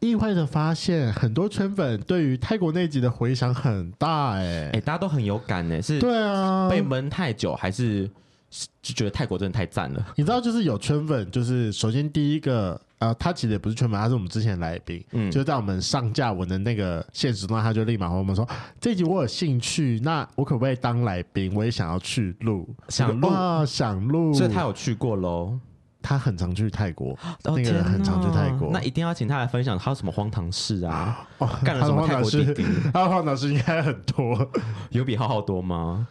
意外的发现，很多圈粉对于泰国那集的回响很大、欸，哎、大家都很有感呢，是对啊，被闷太久，还是是就觉得泰国真的太赞了？你知道，就是有圈粉，就是首先第一个，呃，他其实也不是圈粉，他是我们之前的来宾，嗯就是在我们上架我的那个现实中，他就立马和我们说，这集我有兴趣，那我可不可以当来宾？我也想要去录，想录啊，想录，所以他有去过喽。他很常去泰国，哦那个人很常去泰国天哪那一定要请他来分享他有什么荒唐事啊，哦，干了什 么他的荒唐泰国弟事，弟， 他的荒唐事应该很多，有比浩浩多吗？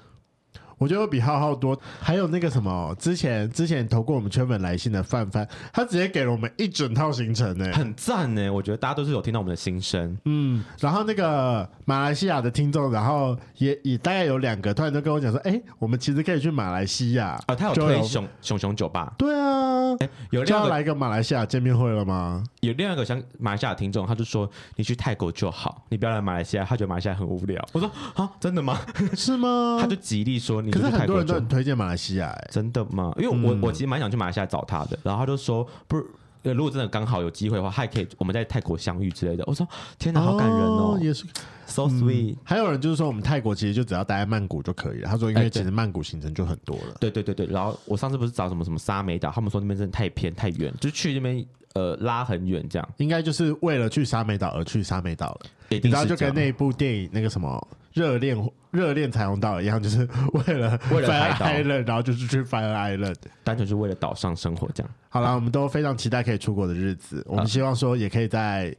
我觉得比浩浩多。还有那个什么，之前之前投过我们圈粉来信的范范，他直接给了我们一整套行程欸呢、很赞呢，我觉得大家都是有听到我们的心声，嗯，然后那个马来西亚的听众，然后也也大概有两个，突然都跟我讲说，哎、我们其实可以去马来西亚啊，他有就推熊熊熊酒吧，对啊，有就另外要一个来一个马来西亚见面会了 吗？有另外一个想马来西亚的听众，他就说你去泰国就好，你不要来马来西亚，他觉得马来西亚很无聊。我说啊，真的吗？是吗他？就极力说你可就是去很泰多国人就都好很推荐马来西亚、哎，真的吗？因为我、嗯我其实蛮想去马来西亚找他的，然后他就说不是。呃如果真的刚好有机会的话，还可以我们在泰国相遇之类的。我说天哪，好感人哦也是。 ，so sweet。还有人就是说，我们泰国其实就只要待在曼谷就可以了。他说，因哎为对其实曼谷行程就很多了。对对对对，然后我上次不是找什么什么沙美岛，他们说那边真的太偏太远，就去那边呃拉很远这样，应该就是为了去沙美岛而去沙美岛了，一你定知是道就这跟样那一部电影那个什么热恋热恋彩虹岛一样，就是为了为 了 Fire 海岛 Island，然后就是去 Fire Island。单纯是为了岛上生活这样。好了，我们都非常期待可以出国的日子，我们希望说也可以在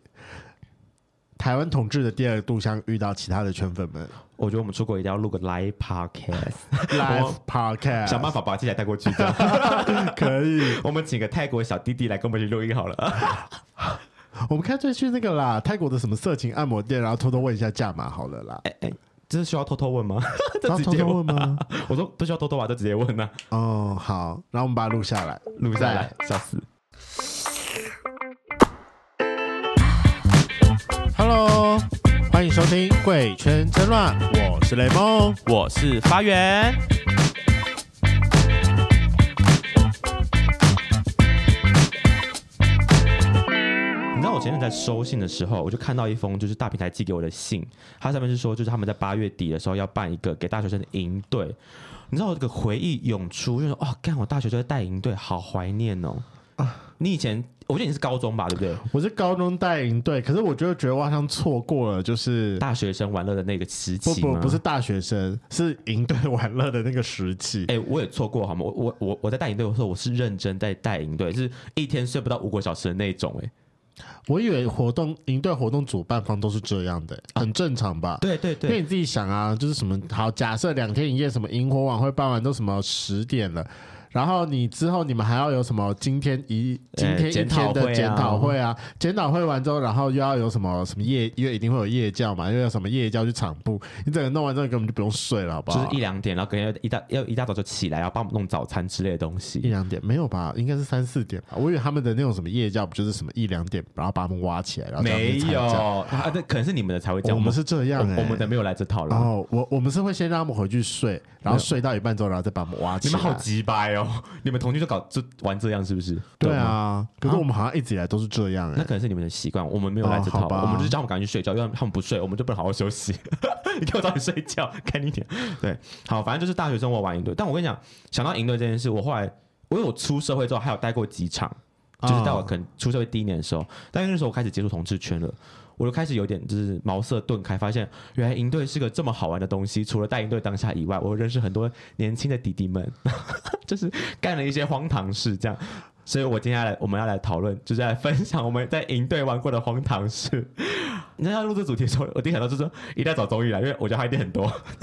台湾统治的第二度相遇到其他的圈粉们我觉得我们出国一定要录个 live podcast， ，Live Podcast，想办法把自己带过去这样。 可以。我们请个泰国小弟弟来跟我们一起录音好了。我们干脆去那个啦，泰国的什么色情按摩店，然后偷偷问一下价码好了啦。这是需要偷偷问吗？哎这然后直偷接偷问吗？我说不需要偷偷吧，就直接问啊，哦，好，然后我们把它录下来。录下来，笑死。 Hello，欢迎收听《贵圈争乱》，我是雷梦。我是发源，你知道我前阵在收信的时候，我就看到一封就是大平台寄给我的信，它上面是说就是他们在八月底的时候要办一个给大学生的营队，你知道我这个回忆涌出，就是哦，干我大学就在带营队，好怀念哦。啊你以前我记得你是高中吧，对不对？我是高中带营队，可是我就觉得我好像错过了，就是大学生玩乐的那个时期不不吗不是大学生，是营队玩乐的那个时期。哎、我也错过好吗？我我我我在带营队的时候，我是认真在带营队，是一天睡不到五个小时的那种、哎，我以为活动营队活动主办方都是这样的、啊很正常吧？对对因为，你自己想啊，就是什么好，假设两天一夜什么萤火晚会办完都什么十点了，然后你之后你们还要有什么今天一今天一检讨天会啊的检讨会啊，检讨会完之后，然后又要有什么什么夜，因为一定会有夜教嘛，又要什么夜教去场部，你整个弄完之后根本就不用睡了，好不就好？是一两点，然后可能要一大要一大早就起来，然后帮我们弄早餐之类的东一西。两点没有吧？应该是三四点吧。我以为他们的那种什么夜教，不就是什么一两点，然后把他们挖起来，然后叫他们没去参有加。啊，那可能是你们的才会这样，我们是这我样、欸，我们的没有来这套了。哦，我我们是会先让他们回去睡，然后睡到一半之后，然后再把他们挖起你来。们好鸡掰哦！你们同居就搞就玩这样是不是？对懂吗，啊，可是我们好像一直以来都是这样哎、那可能是你们的习惯，我们没有来哦这套，好吧我们就是叫他们赶紧去睡觉，因为他们不睡，我们就不能好好休息。 你给我早点睡觉，看你点。对，好，反正就是大学生活玩营队。但我跟你讲，想到营队这件事，我后来我有出社会之后，还有待过几场，就是在我可能出社会第一年的时候，但那时候我开始接触同志圈了。我就开始有点就是茅塞顿开，发现原来营队是个这么好玩的东西。除了带营队当下以外，我认识很多年轻的弟弟们， 就是干了一些荒唐事，这样。所以我接下来我们要来讨论，就是来分享我们在营队玩过的荒唐事。你知道要录这主题的时候，我第一想到就是一大早终于来，因为我觉得他一定很多。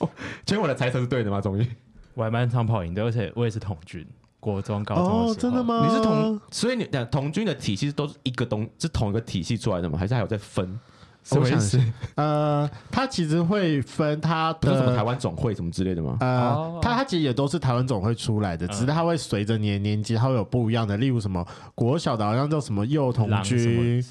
哦请问我的猜测是对的吗？终于，我还蛮常跑营队，而且我也是统军，国中、高中的时候哦，真的？吗？你是同，所以你讲童军的体系都是一个东，是同一个体系出来的吗？还是还有在分？什么我意想思？呃，他其实会分他不是什么台的。湾总会什么之类的吗？呃哦，他他其实也都是台湾总会出来的，只是他会随着你的年纪，他会有不一样的。例如什么国小的，好像叫什么幼童狼什么军，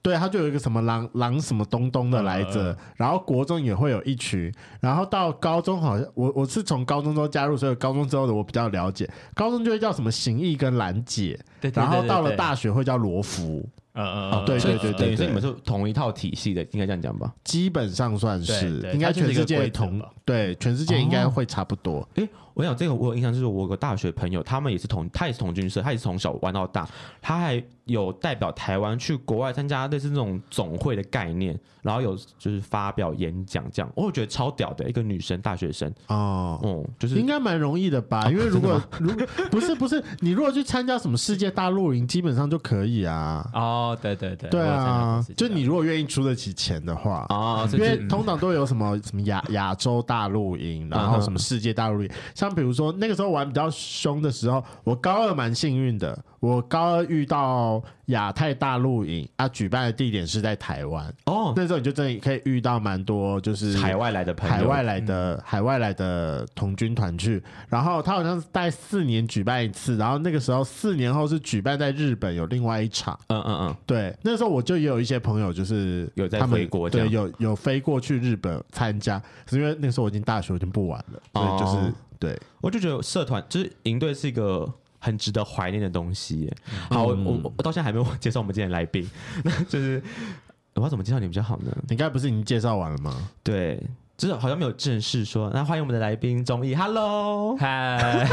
对，他就有一个什么狼狼什么东东的来着嗯嗯。然后国中也会有一群，然后到高中好像我我是从高中之后加入，所以高中之后的我比较了解。高中就会叫什么行义跟兰姐，对对对对然后到了对大学会叫罗福。嗯嗯哦嗯，对所以对对等于是你们是同一套体系的，应该这样讲吧？基本上算是对，对应该它就是全一个世界规则同吧哦对全世界应该会差不多。诶，我想这个我有印象，就是我有个大学朋友，他们也是同他也是同军社，他也是从小玩到大，他还有代表台湾去国外参加类似那种总会的概念，然后有就是发表演讲这样，我觉得超屌的一个女生大学生，哦，嗯，就是应该蛮容易的哦吧？因为如果如果不是不是，你如果去参加什么世界大露营，基本上就可以啊。哦，对对对，对我有参加啊过自己，就的你如果愿意出得起钱的话。哦啊，因这为是通常都会有什么什么亚亚洲大露营，然嗯后哼什么世界大露嗯营，像比如说那个时候玩比较凶的时候，我高二蛮幸运的，我高二遇到亚太大露营，啊，举办的地点是在台湾，哦，那时候你就真的可以遇到蛮多就是海外来的朋友，嗯海外来的、海外来的童军团去，然后他好像是带四年举办一次，然后那个时候四年后是举办在日本有另外一场，嗯嗯嗯，对，那时候我就也有一些朋友就是有在他们回国这对，样有有飞过去日本参加，可是因为那个时候我已经大学我已经不玩了，所以就是、哦对，我就觉得社团就是营队是一个很值得怀念的东西耶。好，我我我到现在还没有 介绍我们今天的来宾，那就是我要怎么介绍你比较好呢？你刚才不是已经介绍完了吗？对，就是好像没有正式说，那欢迎我们的来宾综艺，Hello， 嗨，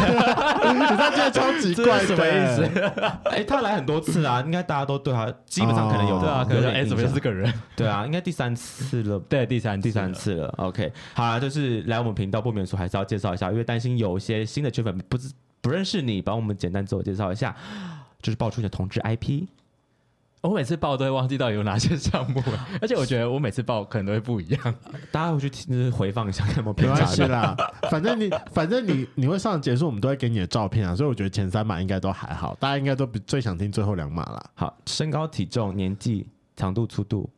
你看这超级 怪这是什么意的，思？ 哎、他来很多次啦，应该大家都对他基本上可能有、哦对啊，可能有说点哎，印怎么又象是个人？对啊，应该第三次了。对，第三第三了，次了，OK，好啦，就是来我们频道不免俗，还是要介绍一下，因为担心有一些新的圈粉不知不认识你，帮我们简单自我介绍一下，就是爆出你的同志 IP，我每次报都会忘记到底有哪些项目，而且我觉得我每次报可能都会不一 样。大家回去听就是回放一下，看有 没有没偏关差系的。啦，反正你反正你你会上结束，我们都会给你的照片啊，所以我觉得前三码应该都还好，大家应该都比最想听最后两码啦。好，身高、体重、年纪、长度、粗度，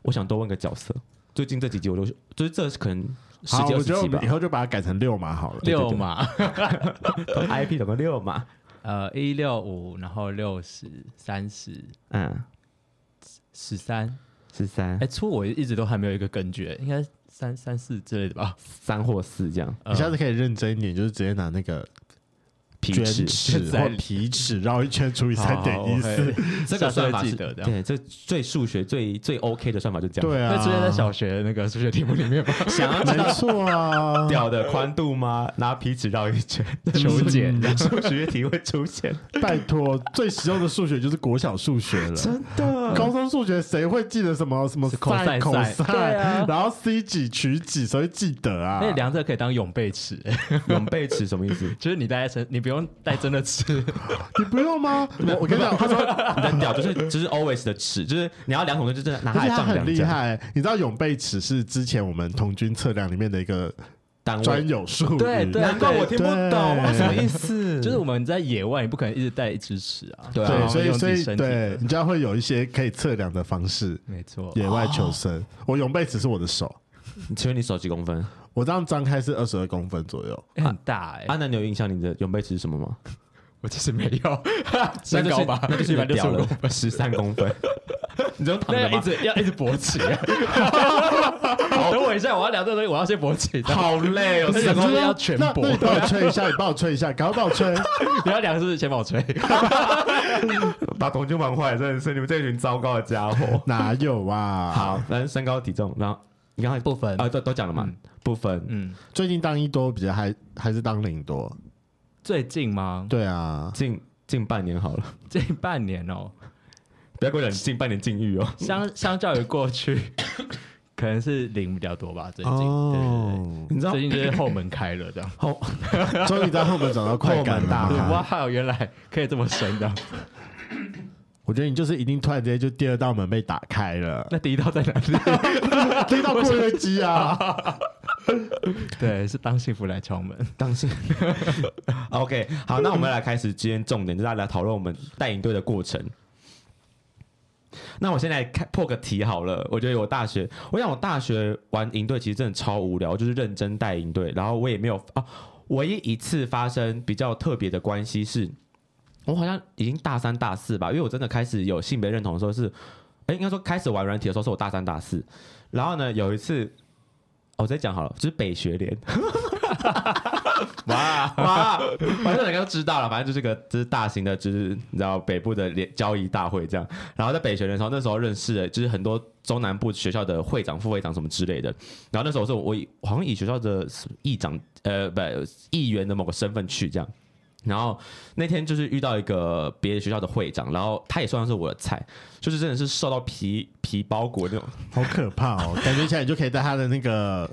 我想多问个角色。最近这几集我都是就是这可能十好，几二我十觉得我集吧 们以后就把它改成六码好了。六嘛， ，IP 总共六嘛，呃，一六五，然后六十三十嗯，十三，十三哎，初我一直都还没有一个根据，应该三三四之类的吧？呃三或四这样，你下次可以认真一点，就是直接拿那个皮卷尺尺在或皮尺绕一圈除以三点一四。四，这个算法记是得的。对，这最数学最最 OK 的算法就这样。对会啊，出现在小学那个数学题目里面 吧？想要知没道。错啊屌的宽度 吗？拿皮尺绕一 圈，求解数学题会出现，拜托，最实用的数学就是国小数学了。 真的高中数学谁会记得什么什么是 cosine 口 sin 对啊然后 c 几取几，谁会记得啊而？且量这个可以当永背尺，哎永背尺什么意思？就是你带在身，你不用带真的 尺，你不用吗？我我跟你讲，他说你的屌就是就是 always 的尺，就是你要量筒就真的拿它而且他来丈很量一厉下害、你知道永贝尺是之前我们童军测量里面的一个单专位。有术语。对对难怪我听不对懂，我什么意 思？就是我们在野外，你不可能一直带一只尺啊。对啊对然后所以用所自己以身体对，你知道会有一些可以测量的方式。没错，野外求生，我永贝尺是我的手，请问你手几公分？我这样张开是二十二公分左右。欸很大哎、阿啊南，你有印象你的永背尺是什么吗？我其实没有 身高吧，那就是你一般的就是屌我 了，十 三公分。你这种躺着那要一吗？直要一直勃起、 啊。等我一下，我要聊这个东西，我要先勃 起。好累哦，那十三你公真分的要要全那那你帮我勃，吹一下，你帮我吹一下，赶快帮我吹。你要量是不是先帮我 吹？ 把童军玩坏，真的是你们这群糟糕的家伙。哪有啊？好，，反正身高体重，然后你刚才不分啊，都都讲了嘛，不分。嗯，最近当一多比较还还是当零多？最近吗？对啊，近近半年好了，这半年哦、不要跟我讲近半年禁欲哦。 相相较于过 去，可能是零比较多吧。最近，你知对对对，道最近就是后门开了这样。后哦终于在后门找到快感后门了大啊吗。开 哇，原来可以这么深的。我觉得你就是一定突然之间就第二道门被打开了， 啊那第一道在哪里？第一道括约肌啊。 对，是当幸福来敲门。当心。OK，好，那我们来开始今天重点，就大家来讨论我们带营队的过程。那我现在开破个题好了，我觉得我大学，我想我大学玩营队其实真的超无聊，就是认真带营队，然后我也没有啊，唯一一次发生比较特别的关系是，我好像已经大三大四吧，因为我真的开始有性别认同的时候是，哎、应该说开始玩软体的时候是我大三大四，然后呢有一次，哦我再讲好了，就是北学联，哇哇！反正人家都知道了，反正就是个就是大型的，就是你知道北部的联交易大会这样。然后在北学的时候，那时候认识了就是很多中南部学校的会长、副会长什么之类的。然后那时候是我以好像以学校的议长呃不议员的某个身份去这样。然后那天就是遇到一个别的学校的会长，然后他也算是我的菜，就是真的是受到皮皮包裹那种。好可怕哦！感觉起来你就可以在他的那个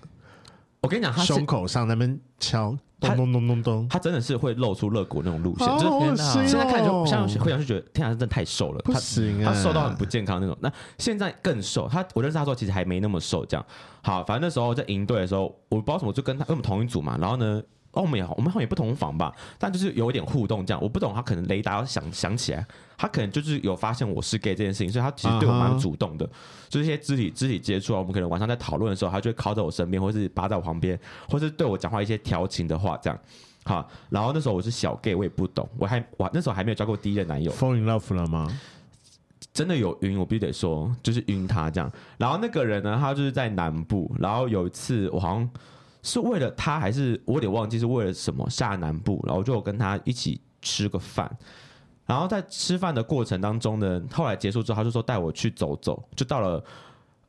我跟你讲，他是胸口上那边敲，他咚咚咚咚咚，他真的是会露出肋骨那种路线，好就是恶天哪心现在看就哦！像会长就觉得天啊，真的太瘦了，不他行啊，他瘦到很不健康那种。那现在更瘦，他我认识他的时候其实还没那么瘦，这样。好，反正那时候在营队的时候，我不知道为什么，就跟他因为我们同一组嘛，然后呢。哦，我们也好，我们好像也不同房吧，但就是有一点互动这样。我不懂他可能雷达要想想起来，他可能就是有发现我是 gay 这件事情，所以他其实对我啊蛮哈主动的就是一些肢体肢体接触啊。我们可能晚上在讨论的时候，他就会靠在我身边，或是扒在我旁边，或是对我讲话一些调情的话这样。好，然后那时候我是小 gay，我也不懂，我还我那时候还没有交过第一任男友， fall in love 了吗？真的有晕，我必须得说，就是晕他这样。然后那个人呢，他就是在南部，然后有一次我好像是为了他，还是我有点忘记是为了什么下南部，然后就有跟他一起吃个饭。然后在吃饭的过程当中呢，后来结束之后，他就说带我去走走，就到了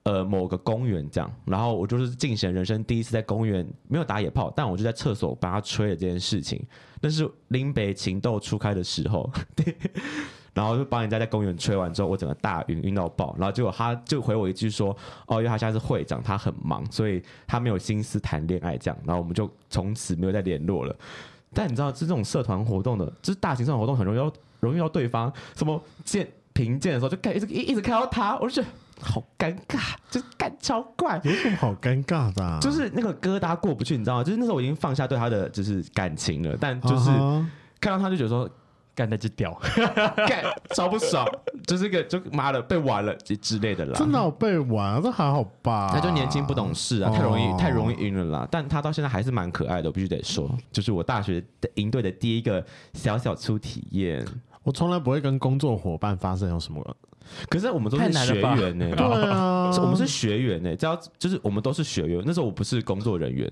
呃某个公园这样。然后我就是进行人生第一次在公园没有打野炮，但我就在厕所帮他吹了这件事情。那是林北情窦初开的时候，然后就帮人家在公园吹完之后，我整个大晕晕到爆，然后结果他就回我一句说：“哦，因为他现在是会长，他很忙，所以他没有心思谈恋爱这样。”然后我们就从此没有再联络了。但你知道，这种社团活动的，就是大型社团活动，很容易要容易到对方什么见评鉴的时候，就看一直一一直看到他，我就觉得好尴尬，就是干超怪。有什么好尴尬的啊？就是那个疙瘩过不去，你知道吗？就是那时候我已经放下对他的就是感情了，但就是啊哈看到他就觉得说，干那只屌， 干超不爽，就是个就妈的被玩了之之类的啦。真的有被玩啊，这还好吧？他就年轻不懂事啊，太容易、哦太容易晕了啦。但他到现在还是蛮可爱的，我必须得说， 就是我大学的营队的第一个小小初体验。我从来不会跟工作伙伴发生有什么。可是我们都是太难学了吧员呢、对啊，我们是学员欸呢、只要就是我们都是学员。那时候我不是工作人员，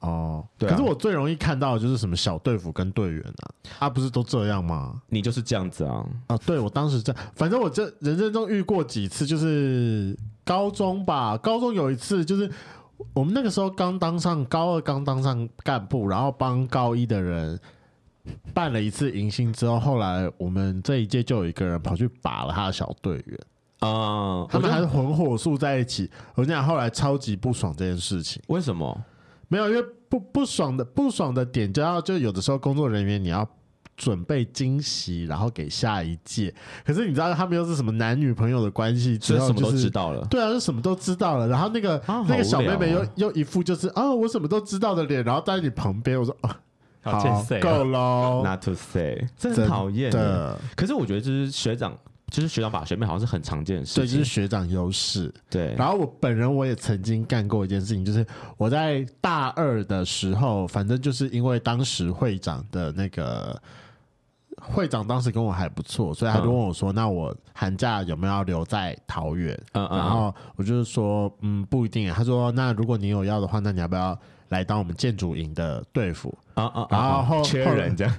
哦，对啊可是我最容易看到的就是什么小队服跟队员啊，啊，不是都这样吗？你就是这样子啊。啊，对我当时这，反正我这人生中遇过几次，就是高中吧，高中有一次就是。我们那个时候刚当上高二，刚当上干部，然后帮高一的人办了一次迎新之后，后来我们这一届就有一个人跑去把了他的小队员，嗯，他们我还就是混火速在一起。我跟你讲，后来超级不爽这件事情。为什么？没有，因为不不爽的不爽的点就要就有的时候工作人员你要准备惊喜，然后给下一届。可是你知道他们又是什么男女朋友的关系，之所以后什么就都是知。道了。对啊，就什么都知道了。然后那个、啊那个小好无妹聊妹又哦又一副就是啊、我什么都知道的脸，然后站在你旁边，我说啊，好欠塞够 喽， Not to say，真真很讨厌欸、的，可是我觉得就是学长，就是学长把学妹好像是很常见的对，事就情。是学长优势。对，然后我本人我也曾经干过一件事情，就是我在大二的时候，反正就是因为当时会长的那个会长当时跟我还不错，所以他就嗯问我说：“那我寒假有没有要留在桃园？”嗯嗯，然后我就是说：“嗯，不一定。”他说：“那如果你有要的话，那你要不要来当我们建筑营的队服？”啊啊，然后缺后人 这样，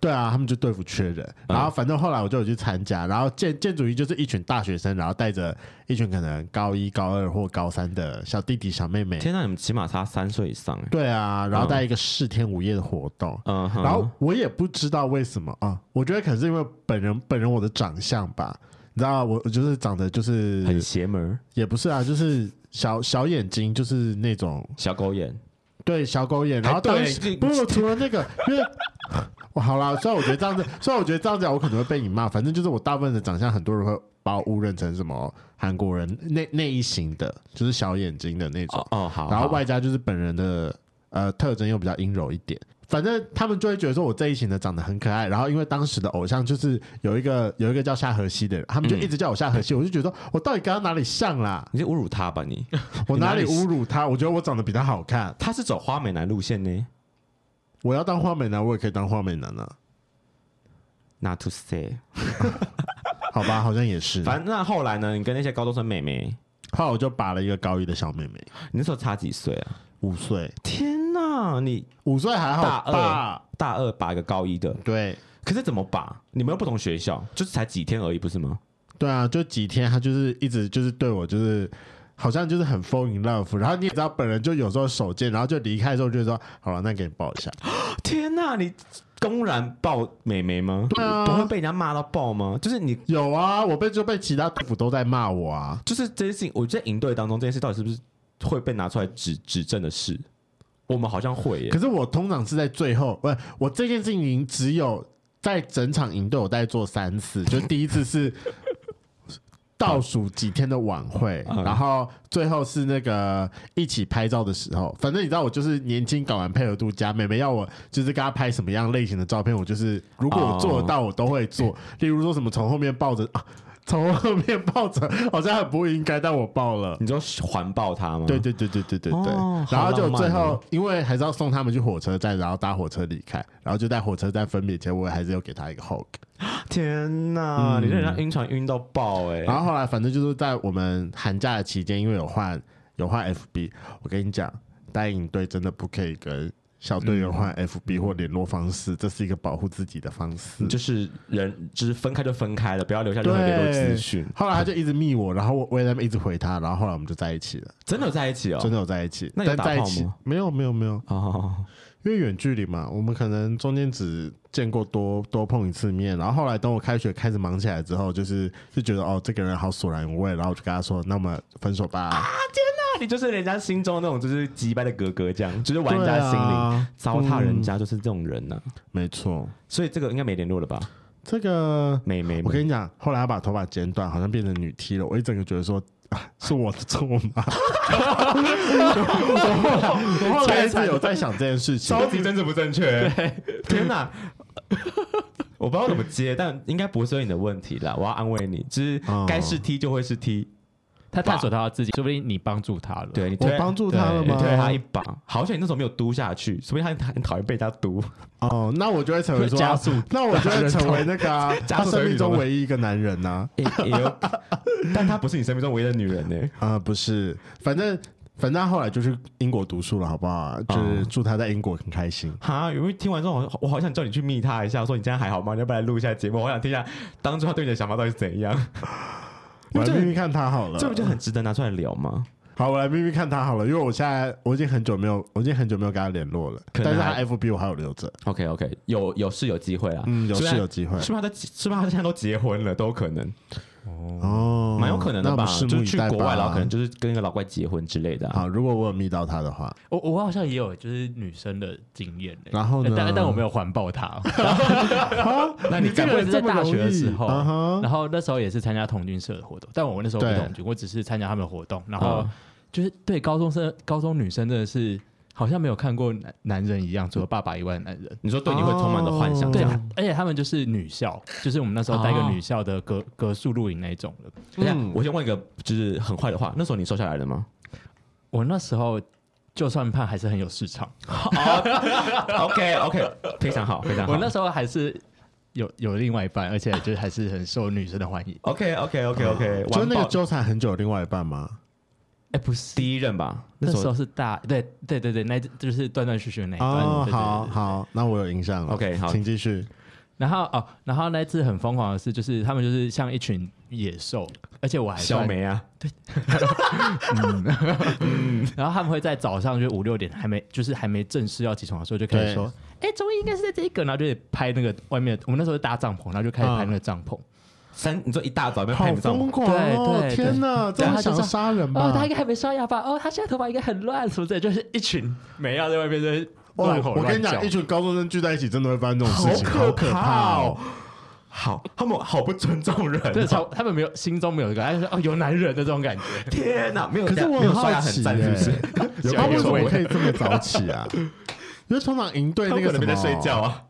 对啊，他们就对付缺人，嗯然后反正后来我就有去参加，然后建建筑一就是一群大学生，然后带着一群可能高一、高二或高三的小弟弟、小妹妹，天呐，你们起码差三岁以上哎，对啊，然后嗯带一个四天五夜的活动，嗯哼，然后我也不知道为什么啊，我觉得可能是因为本人本人我的长相吧，你知道我我就是长得就是很邪门，也不是啊，就是小小眼睛，就是那种小狗眼，对，小狗眼，然后还哎对当时你不除了那个，因为我好啦，虽然我觉得这样子，虽然我觉得这样子啊我可能会被你骂，反正就是我大部分的长相，很多人会把我误认成什么韩国人那那一型的，就是小眼睛的那种，哦哦好，然后好外加就是本人的呃特征又比较阴柔一点。反正他们就会觉得说我这一型的长得很可爱，然后因为当时的偶像就是有一个有一个叫夏荷西的人，他们嗯就一直叫我夏荷西，我就觉得说我到底跟他哪里像啦？你就侮辱他吧 你，我哪里你哪侮里辱他？我觉得我长得比他好看。他是走花美男路线呢我要当花美男，我也可以当花美男啊。 ，Not to say，好吧，好像也是。反正那后来呢，你跟那些高中生妹妹，后来我就把了一个高一的小妹妹，你那时候差几岁啊？五岁，天呐，啊，你五岁还好大二吧？大二把一个高一的，对可是怎么把？你们又不同学校，就是才几天而已，不是吗？对啊，就几天他就是一直就是对我就是。好像就是很 fall in love，然后你也知道本人就有时候手贱，然后就离开之后就说好了，那给你抱一下。天哪、你公然抱美眉吗？对啊不会被人家骂到爆吗？就是你，有啊，我被就被其他队服都在骂我啊。就是这件事情，我觉得在营队当中这件事到底是不是会被拿出来指指证的事？我们好像会耶可。是我通常是在最后，不是我这件事情只有在整场营队我大概做三次，就第一次是倒数几天的晚会，嗯然后最后是那个一起拍照的时候。反正你知道，我就是年轻搞完配合度加，妹妹要我就是跟她拍什么样类型的照片，我就是如果我做得到，我都会做。例如说什么从后面抱着啊，从后面抱着好像很不应该，但我抱了。你就环抱她吗？对对对对对对对，嗯哦然后好就浪漫最后哦，因为还是要送他们去火车站，然后搭火车离开，然后就在火车站分别前，我还是有给他一个 hug。天嗯哪，你让人家晕船晕到爆哎、然后后来反正就是在我们寒假的期间，因为有换有换 FB，我跟你讲，带营队真的不可以跟小队员嗯换 FB 或联络方式，这是一个保护自己的方式。就是人就是分开就分开了，不要留下任何联对络资讯。，后来他就一直密我，然后我我也在那边一直回他，然后后来我们就在一起了，真的有在一起哦、真的有在一起。那有但打在一炮起吗没有没有没有，哦，因为远距离嘛，我们可能中间只见过多多碰一次面，然后后来等我开学开始忙起来之后，就是就觉得哦，这个人好索然无味，然后我就跟他说，那么分手吧， 那你就是人家心中那种就是击败的格格，这样就是玩人家对啊嗯心灵、糟蹋人家，就是这种人呐、没错，所以这个应该没联络了吧？这个没没我没，跟你讲，后来他把头发剪短，好像变成女 T 了，我一整个觉得说。啊、是我的错吗？ 我后来一直有在想这件事情，级政治不正确。天哪！ 我不知道怎么接，但应该不是你的问题啦。我要安慰你，就是哦该是 T 就会是 T，、他探索到他自己，说不定你帮助他了。对你我推帮助他了你吗？推了他一把，好像你那时候没有嘟下去，说不定他很很讨厌被人家 嘟。 哦，那我就会成为 说加速那我就会成为那个 啊、加他速生命中推理唯一一个男人啊呐、也也有，但她不是你生命中唯一的女人呢、啊、不是，反正反正他后来就去英国读书了，好不好？啊就是祝他在英国很开心。哈，有没有听完之后，我我好想叫你去密她一下，说你今天还好吗？你要不要来录一下节目？我好想听一下当初她对你的想法到底是怎样。我这来命命看他好了，这不就很值得拿出来聊吗？好？我来命命看他好了，因为我现在我已经很久没有，我已经很久没有跟他联络了，可能但是他还 FB 我还有留着， OK OK，有有是有机会啦，嗯，有虽是然有机会是不是他都是不是他现在都结婚了，都有可能，哦，蛮有可能那的我吧？们拭就目是以去待吧。国外，然后可能就是跟一个老外结婚之类的、啊。好，如果我有密到他的话，我我好像也有就是女生的经验欸然后呢但但我没有环抱 她。那 你这敢个不人在大学的时候，嗯哼然后那时候也是参加童军社的活动，但我那时候不对童军，我只是参加他们的活动。然后嗯就是对高中生、高中女生真的是好像没有看过男男人一样，除了爸爸以外的男人。你说对你会充满着幻想，哦这对样、，而且他们就是女校，就是我们那时候带一个女校的格格宿露营那一种的。等一下嗯我先问一个就是很坏的话，那时候你瘦下来了吗？我那时候就算胖还是很有市场， OK OK，非常好，非常好。我那时候还是有有另外一半，而且就是还是很受女生的欢迎。 OK OK OK OK，就那个纠缠很久的另外一半吗？哎，不是，第一任吧，那时候候是大，对对对对，那就是断断续续的哎那一段。哦对，对好对好，那我有印象了。 OK，好请继续。然后哦，然后那一次很疯狂的是，就是他们就是像一群野兽，而且我还小算，梅啊，然后他们会在早上就五六点还没，就是还没正式要起床的时候，就开对始说，哎，终于应该是在这一个，然后就拍那个外面，我们那时候是搭帐篷，然后就开始拍那个帐篷，三，你说一大早被好拍你照疯吗？狂哦！对对对天哪，这然么后他就想要说杀人吧？哦，他应该还没刷牙吧？哦，他现在头发应该很乱，什么之类，就是一群美啊亚在外面在哇乱吼我跟乱你叫讲，一。群高中生聚在一起，真的会发生这种事情，好好可可怕怕哦哦！好，他们好不尊重人对，哦，超他们没有心中没有一个，他就说哦有男人的这种感觉，天哪，没有，可是我没有很刷牙好很奇赞，是不是？耶， 有他为什有么味可以这么早起啊？因为通常营队他那们个可什么能没在睡觉啊。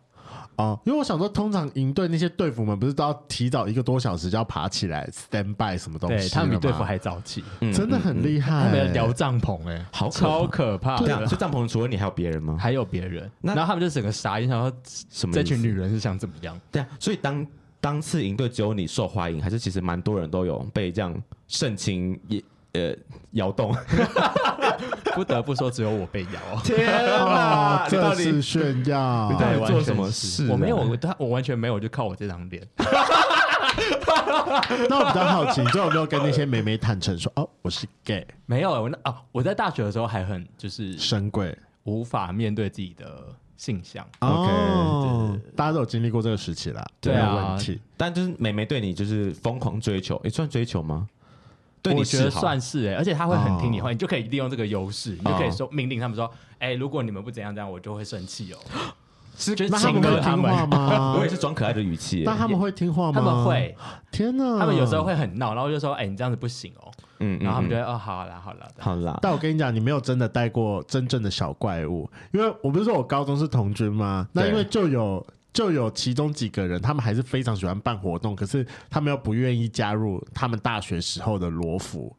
哦，因为我想说，通常营队那些队服们不是都要提早一个多小时就要爬起来 stand by 什么东西了对吗？他们比队服还早起，嗯真的很厉害，他们聊帐篷哎，好可怕超哎可怕对啊，的，所以帐篷除了你还有别人吗？还有别人，那然后他们就整个傻眼，想说什么意这思？群女人是想怎么样？对啊，所以当当次营队只有你受欢迎，还是其实蛮多人都有被这样盛情也呃摇动，不得不说，只有我被邀 哦。天啊，哪，嗯你这到底是炫耀你。到底对做完全什么是事啊我没有，我他我完全没有，我就靠我这张脸。那我比较好奇，你就有没有跟那些美眉坦诚说，哦，我是 gay，没有，我那啊，我在大学的时候还很就是神鬼无法面对自己的性向。 OK，哦，大家都有经历过这个时期啦，对没啊有问题。 但就是美眉对你就是疯狂追求，也算追求吗？对你我觉得示好算是哎、而且他会很听你哦话，你就可以利用这个优势，你就哦可以说命令他们说，哎、如果你们不怎样怎样，我就会生气哦。 是就是那他请们了会他听们，话吗 我也？是装可爱的语气耶。 但他们会听话吗？他们，会，天哪！他们有时候，会很闹，然后就说，哎、你这样子不行哦。嗯嗯，嗯然后他们就嗯会，哦，好啦好啦，这样好啦，但我跟你讲，你没有真的带过真正的小怪物，因为我不是说我高中是童军吗？那对因为就有就有其中几个人，他们还是非常喜欢办活动，可是他们又不愿意加入他们大学时候的罗服，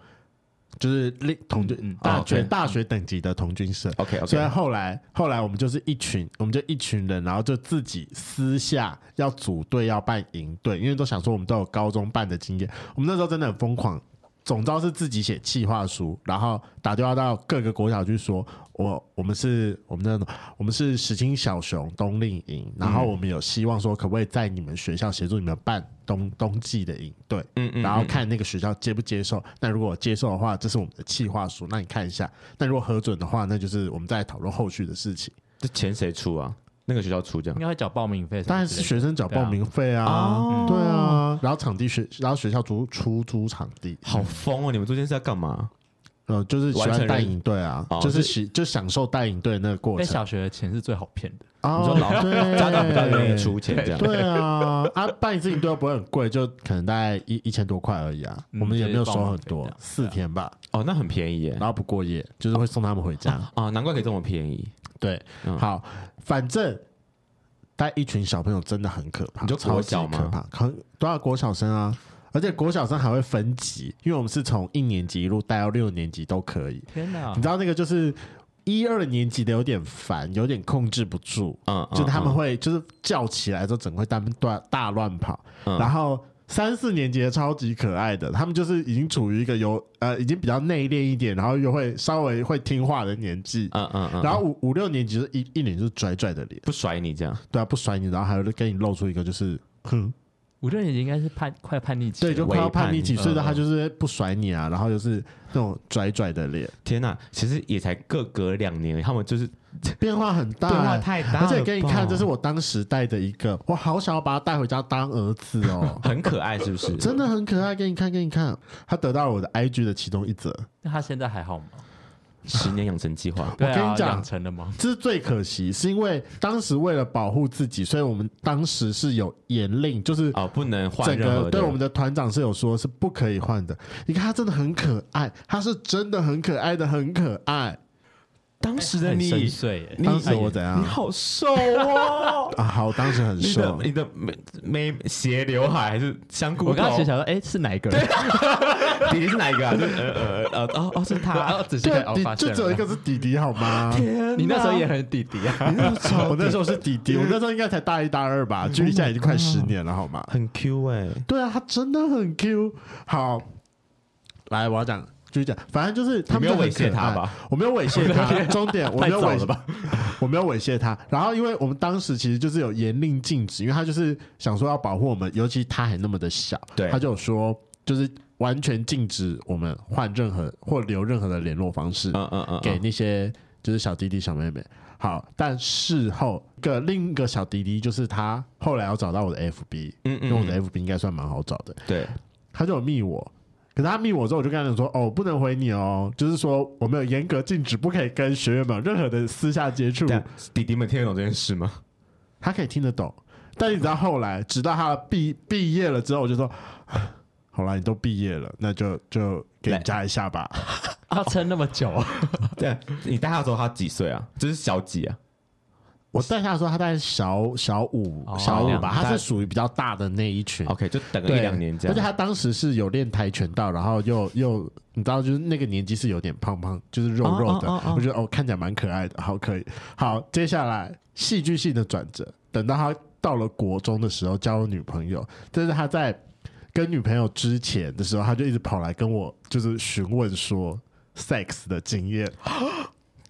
就是另童军、嗯嗯大哦学、 ，OK 大学等级的童军社。 OK 所以 OK，后来，后来我们就是一群，我们就一群人，然后就自己私下要组队，要办营队，因为都想说我们都有高中办的经验。我们那时候真的很疯狂，总招是自己写企划书，然后打电话到各个国小去说，我我们是我们那种我们是石青小熊冬令营，然后我们有希望说可不可以在你们学校协助你们办冬冬季的营队，嗯嗯然后看那个学校接不接受。那如果接受的话，这是我们的企划书，那你看一下。那如果核准的话，那就是我们再讨论后续的事情。这钱谁出啊？那个学校出这嗯应样。该会缴报名费什么之类的。当然是学生缴报名费啊啊，哦对啊，然后场地学，然后学校租出租场地，好疯哦！你们做这件事要干嘛？呃，就是喜完欢成带人营队啊哦，就是喜就享受带营队的那个过在程。哦小学的钱是最好骗的。你说老对 家长比较愿意出钱这样。对啊，啊，办一次营队又不会很贵，就可能大概一一千多块而已啊。嗯我们也没有收很就是报名费这多啊样，四天吧，哦，那很便宜耶然。后不过夜，就是会送他们回家。啊，难怪可以这么便宜。对，嗯好，反正带一群小朋友真的很可怕，你就超国级小吗可怕，可多少国小生啊？而且国小生还会分级，因为我们是从一年级一路带到六年级都可以。天啊哪你！知道那个就是一二年级的有点烦，有点控制不住，嗯，就是他们嗯会就是叫起来之后，整个会大大大乱跑，嗯然后。三四年级的超级可爱的，他们就是已经处于一个有呃已经比较内敛一点，然后又会稍微会听话的年纪，嗯嗯嗯，然后五五六年级就是一一脸就是拽拽的脸，不甩你这样。对啊，不甩你，然后还会跟你露出一个就是，哼，五六年级应该是叛快叛逆期了，对，就快要叛逆期，微叛所逆以他嗯就是不甩你啊，然后就是那种拽拽的 脸，天哪，其实也才各隔两年，他们就是变化很大、变化太大了而吧，，且给你看，这是我当时带的一个，我好想要把他带回家当儿子哦 很可爱，是不 是？真的很可爱，给你看，给你看，他得到了我的 IG 的其中一则，那他现在还好吗？十年养成 ，计划我对啊跟你讲养成了吗？这是最可惜，是因为当时为了保护自己，所以我们当时是有严令，就是哦，不能换整任何个的。对我们的团长是有说是不可以换的。你看他真的很可爱，他是真的很可爱的，很可爱。当时的很你，深邃耶，你当时我怎样，你好瘦哦 啊？好，当时很你的瘦，你的眉眉斜刘海还是香菇头？我刚刚其实想说，哎，是哪一个人？ 弟弟是哪一个啊？就 呃呃呃哦哦是然后他，仔细对看，哦，你发现就只有一了。个是弟弟好吗？ 天你那时候也很弟弟 啊，我那时候是弟弟，我那时候应该才大一大二 Oh 吧，距离现在已经快十年了好吗？很 Q 哎，对啊，他真的很 Q。好，来我要讲。继续讲，反正就是他你们就没有很猥亵可他爱？吧？我没有猥亵他， 终点我没有太早猥亵了吧？ 我没有猥亵他。然后，因为我们当时其实就是有严令禁止，因为他就是想说要保护我们，尤其他还那么的小，对他就有说就是完全禁止我们换任何或留任何的联络方式嗯嗯嗯，给那些就是小弟弟小妹妹。好，但事后一个另一个小弟弟就是他后来要找到我的 FB，嗯因为我的 FB 应该算蛮好找的，对，他就有密我。可是他密我之后，我就跟他讲说：“哦，我不能回你哦，就是说我们有严格禁止，不可以跟学员们有任何的私下接触。”但弟弟们听得懂这件 事吗？他可以听得懂，但你知道后来，直到他毕毕业了之后，我就说， 啊好啦，你都毕业了，那就就给你加一下吧。他撑那么久，啊对，你带他的时候他几岁啊？就是小几啊？我带他的时候，他大概小小五、哦小五吧，两他是属于比较大的那一群。 OK，就等个对一两年这而且样。他当时是有练跆拳道，然后又又你知道，就是那个年纪是有点胖胖，就是肉肉的，哦哦哦哦我觉得哦看起来蛮可爱的，好可以。好，接下来戏剧性的转折，等到他到了国中的时候交了女朋友，但是他在跟女朋友之前的时候，他就一直跑来跟我就是询问说。 sex 的经验，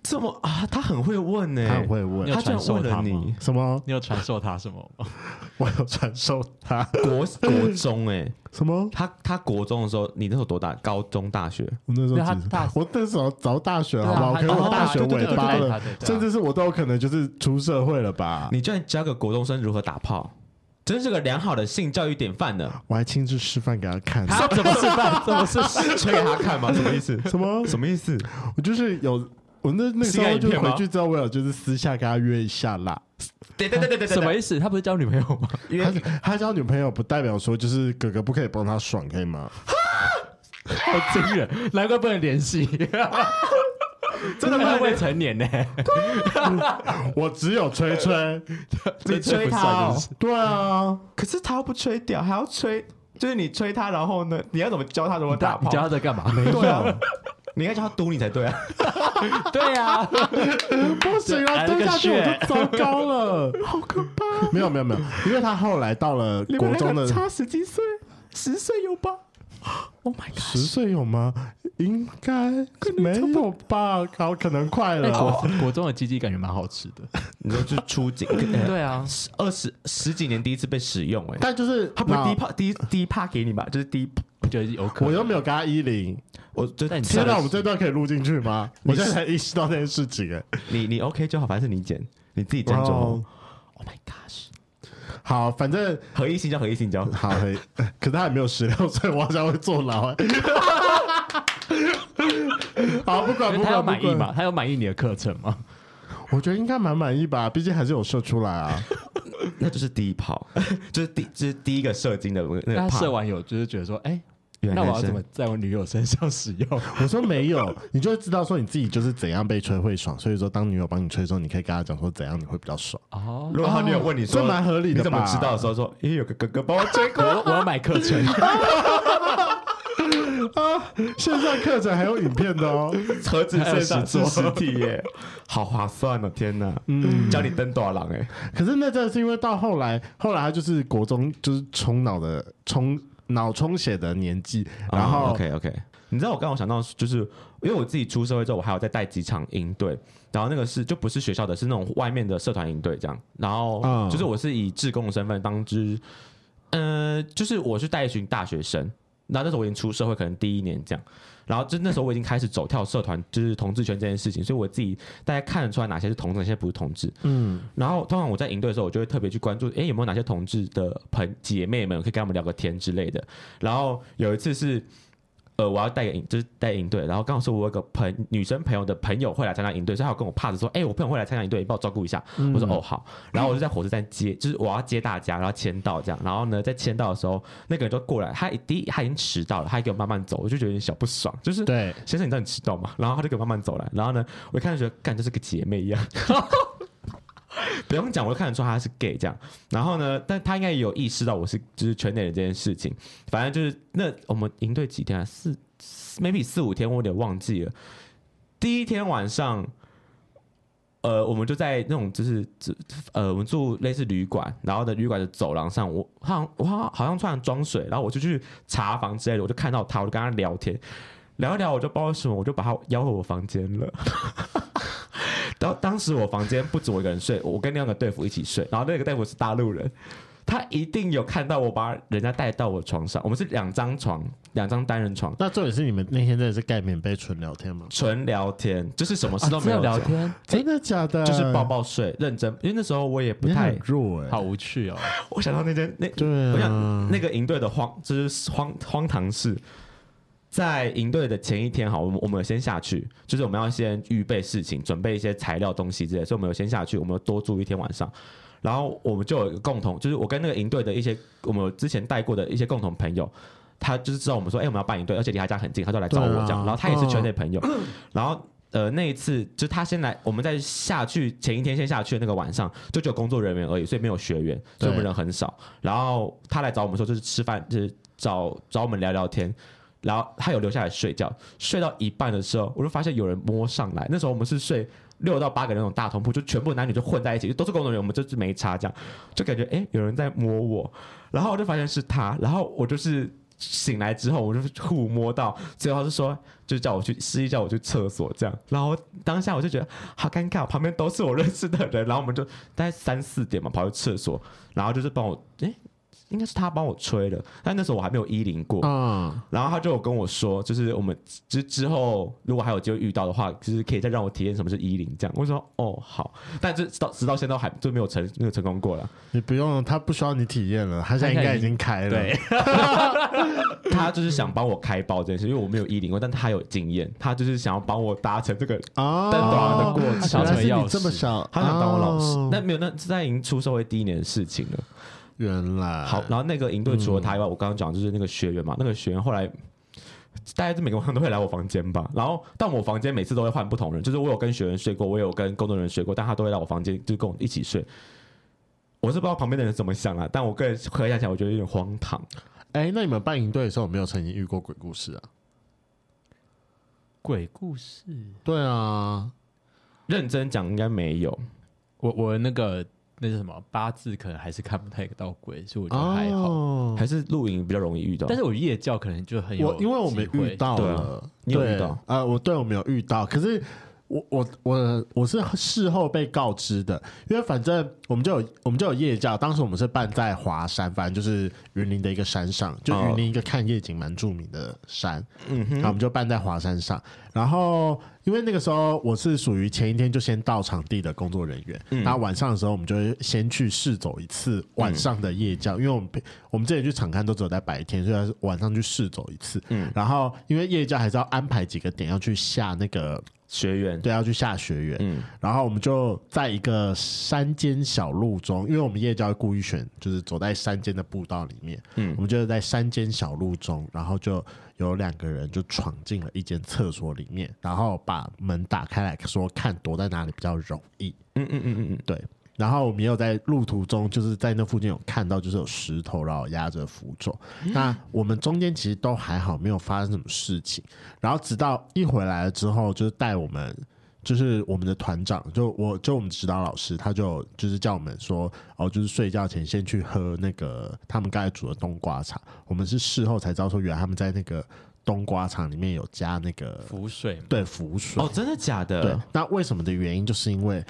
这么啊，他很会问欸呢、他很会问你。有他居然传授问了他吗你 什么？你有传授他什么吗？我有传授他 国国中哎、什么？他他国中的时候，你那时候多大？高中、大学？我那时对候他几岁大我那时候早大学好不好？对啊可他能我哦大学对对尾对巴对对了对对，对甚至是我都有可能就是出社会了吧？你居然教个国中生如何打炮，真是个良好的性教育典范 呢！我还亲自示范给他看。他怎么示范？怎么示范？吹给他看吗？什么意 思？什么？什么意思？我就是有。我那那时性爱候影就片吗回去之后，我有就是私下跟他约一下啦。对对对对对对，什么意思？他不是交女朋友吗？他他交女朋友不代表说就是哥哥不可以帮他爽，可以吗？好惊人，难怪不能联系，真的未成年呢。我只有吹吹，你吹他、哦？对 啊，可是他又不吹掉，还要吹，就是你吹他，然后呢，你要怎么教他怎么你打教炮你？教他在干嘛？对啊， 你应该叫他嘟你才对啊！对啊，不行啊，这蹲下去我来了个就糟糕了，好可怕。没有没有没有，因为他后来到了啊你国们中两个的差十几岁，十岁有吧？Oh my 十 god！岁有吗？应该没有吧，好，可能快哎了。 国国中的鸡鸡感觉蛮好吃的。你说就出 警，对啊，十二十十几年第一次被使用、哎，但就是他不是那第一炮第一第一趴给你吧？就是第一，我觉得有可我能。又没有跟他一零。我就但你天哪，我们这段可以录进去吗？我现在才意识到这件事情，哎，你你 OK 就好，反正是你剪，你自己斟酌。哦 Oh my gosh！好，反正合一性交，合一性交，好，可以可是他还没有十六岁，我好像会坐牢。哎好，不管因不为管他有不满意管嘛？他有满意你的课程 吗？我觉得应该蛮满意吧，毕竟还是有射出来啊。那就是第一炮， 就是第就是第一个射精的那那个他炮。射完有就是觉得说，哎，啊原那来我男要生怎么在我女友身上使用？我说没有，你就会知道说你自己就是怎样被吹会爽，所以说当女友帮你吹的时候，你可以跟她讲说怎样你会比较爽。哦，如果他女友问你说，这蛮合理的吧你怎么知道的时候说，因为有个哥哥帮我追 我过。我要买课 程，啊，线上课程还有影片的哦。何止还有线上实是作实体耶，好划算哦！天哪，嗯，教你登多少郎哎， 可是那真的是因为到后来，后来他就是国中就是冲脑的冲脑充血的年纪，然后、 OK OK，你知道我刚刚想到就是，因为我自己出社会之后，我还有在带几场营队，然后那个是就不是学校的，是那种外面的社团营队这样，然后嗯就是我是以志工的身份当之，呃，就是我去带一群大学生。那那时候我已经出社会，可能第一年这样，然后就那时候我已经开始走跳社团，就是同志圈这件事情，所以我自己大概看得出来哪些是同志，哪些不是同志。嗯，然后通常我在营队的时候，我就会特别去关注，诶，有没有哪些同志的朋姐妹们，我可以跟他们聊个天之类的。然后有一次是，呃，我要带个营，就是带营队，然后刚好是我有个朋女生朋友的朋友会来参加营队，所以她有跟我 pass 说，诶，我朋友会来参加营队，你帮我照顾一下。我说哦好，然后我就在火车站接，就是我要接大家，然后签到这样，然后呢，在签到的时候，那个人就过来，他一第一他已经迟到了，他还给我慢慢走，我就觉得有点小不爽，就是对，先生，你知道你迟到吗？然后他就给我慢慢走来，然后呢，我一看就觉得干，就是个姐妹一样。 不用讲，我就看得出他是 gay 这样。然后呢，但他应该也有意识到我是就是圈内人这件事情。反正就是那我们营队几天啊，四四 maybe 四五天，我有点忘记了。第一天晚上，呃，我们就在那种就是呃，我们住类似旅馆，然后的旅馆的走廊上，我好像我好像好像突然装水，然后我就去茶房之类的，我就看到他，我就跟他聊天，聊一聊，我就不知道为什么，我就把他邀回我房间了。 然后当时我房间不止我一个人睡，我跟另外一个队服一起睡，然后那个队服是大陆人，他一定有看到我把人家带到我床上，我们是两张床，两张单人床，那重点是你们那天真的是盖棉被纯聊天吗？纯聊天，就是什么事都啊没有真的聊讲，天，真的假的？就是抱，抱睡，认真，因为那时候我也不啊你太欸很，弱哎、好无趣哦。我想到那间那对我啊想，那个营队的荒就是荒荒唐事，在营队的前一天，好，我们我们有先下去，就是我们要先预备事情，准备一些材料东西之类的，所以我们有先下去，我们有多住一天晚上。然后我们就有一个共同，就是我跟那个营队的一些我们有之前带过的一些共同朋友，他就是知道我们说，哎、我们要办营队，而且离他家很近，他就来找我对啊这样。然后他也是圈内朋友，然后呃那一次就他先来，我们在下去前一天先下去的那个晚上，就只有工作人员而已，所以没有学员，所以我对们人很少。然后他来找我们说，就是吃饭，就是找找我们聊聊天。然后他有留下来睡觉，睡到一半的时候，我就发现有人摸上来。那时候我们是睡六到八个人那种大同铺，就全部男女就混在一起，就都是工作人员，我们就是没差这样，就感觉哎、诶有人在摸我，然后我就发现是他，然后我就是醒来之后，我就互摸到，最后他就说，就叫我去示意叫我去厕所这样。然后当下我就觉得好尴尬，旁边都是我认识的人，然后我们就大概三四点嘛跑去厕所，然后就是帮我，诶，应该是他帮我吹的，但那时候我还没有衣领过，啊，然后他就有跟我说，就是我们之之后如果还有机会遇到的话，就是可以再让我体验什么是衣领这样。我就说哦好，但这直到直到现在都还就没有成没有成功过了。你不用，他不需要你体验了，他现在应该已经开了。对，他就是想帮我开包这件事，因为我没有衣领过，但他有经验，他就是想要帮我达成这个，啊，但短的过程原来是你这么想，他想当我老师。哦那没有，那是在已经出社会第一年的事情了。原来好，然后那个营队除了他以外，我刚刚讲就是那个学员嘛，那个学员后来。大家就每个晚上都会来我房间吧，然后但我房间每次都会换不同人，就是我有跟学员睡过，我有跟工作人员睡过，但他都会来我房间就跟我一起睡。我是不知道旁边的人怎么想啦，但我个人回想起来，我觉得有点荒唐。哎，那你们办营队的时候有没有曾经遇过鬼故事啊？鬼故事，对啊，认真讲，应该没有。我我那个那是什么八字，可能还是看不太到鬼，所以我觉得还好。哦，还是露营比较容易遇到。但是我夜教可能就很有我机会，因为我们遇到了，啊你有对遇到？呃，我对我没有遇到，可是。我我我我是事后被告知的，因为反正我们就有我们就有夜教，当时我们是办在华山，反正就是云林的一个山上，就哦云林一个看夜景蛮著名的山，嗯然后我们就办在华山上。然后因为那个时候我是属于前一天就先到场地的工作人员，嗯然后晚上的时候我们就会先去试走一次晚上的夜教，因为我们平我们之前去场刊都只有在白天，所以是晚上去试走一次。嗯然后因为夜教还是要安排几个点要去下那个，学员，对，要去下学员。嗯，然后我们就在一个山间小路中，因为我们夜教会故意选就是走在山间的步道里面，嗯嗯，我们就是在山间小路中，然后就有两个人就闯进了一间厕所里面，然后把门打开来说看躲在哪里比较容易，嗯嗯嗯嗯嗯，对。然后我们也有在路途中，就是在那附近有看到，就是有石头，然后压着符咒。那我们中间其实都还好，没有发生什么事情。然后直到一回来了之后，就是带我们，就是我们的团长，就我就我们指导老师，他就就是叫我们说，哦，就是睡觉前先去喝那个他们刚才煮的冬瓜茶。我们是事后才知道说，原来他们在那个冬瓜茶里面有加那个浮水嘛，对浮水。哦，真的假对的？，那为什么的原因，就是因为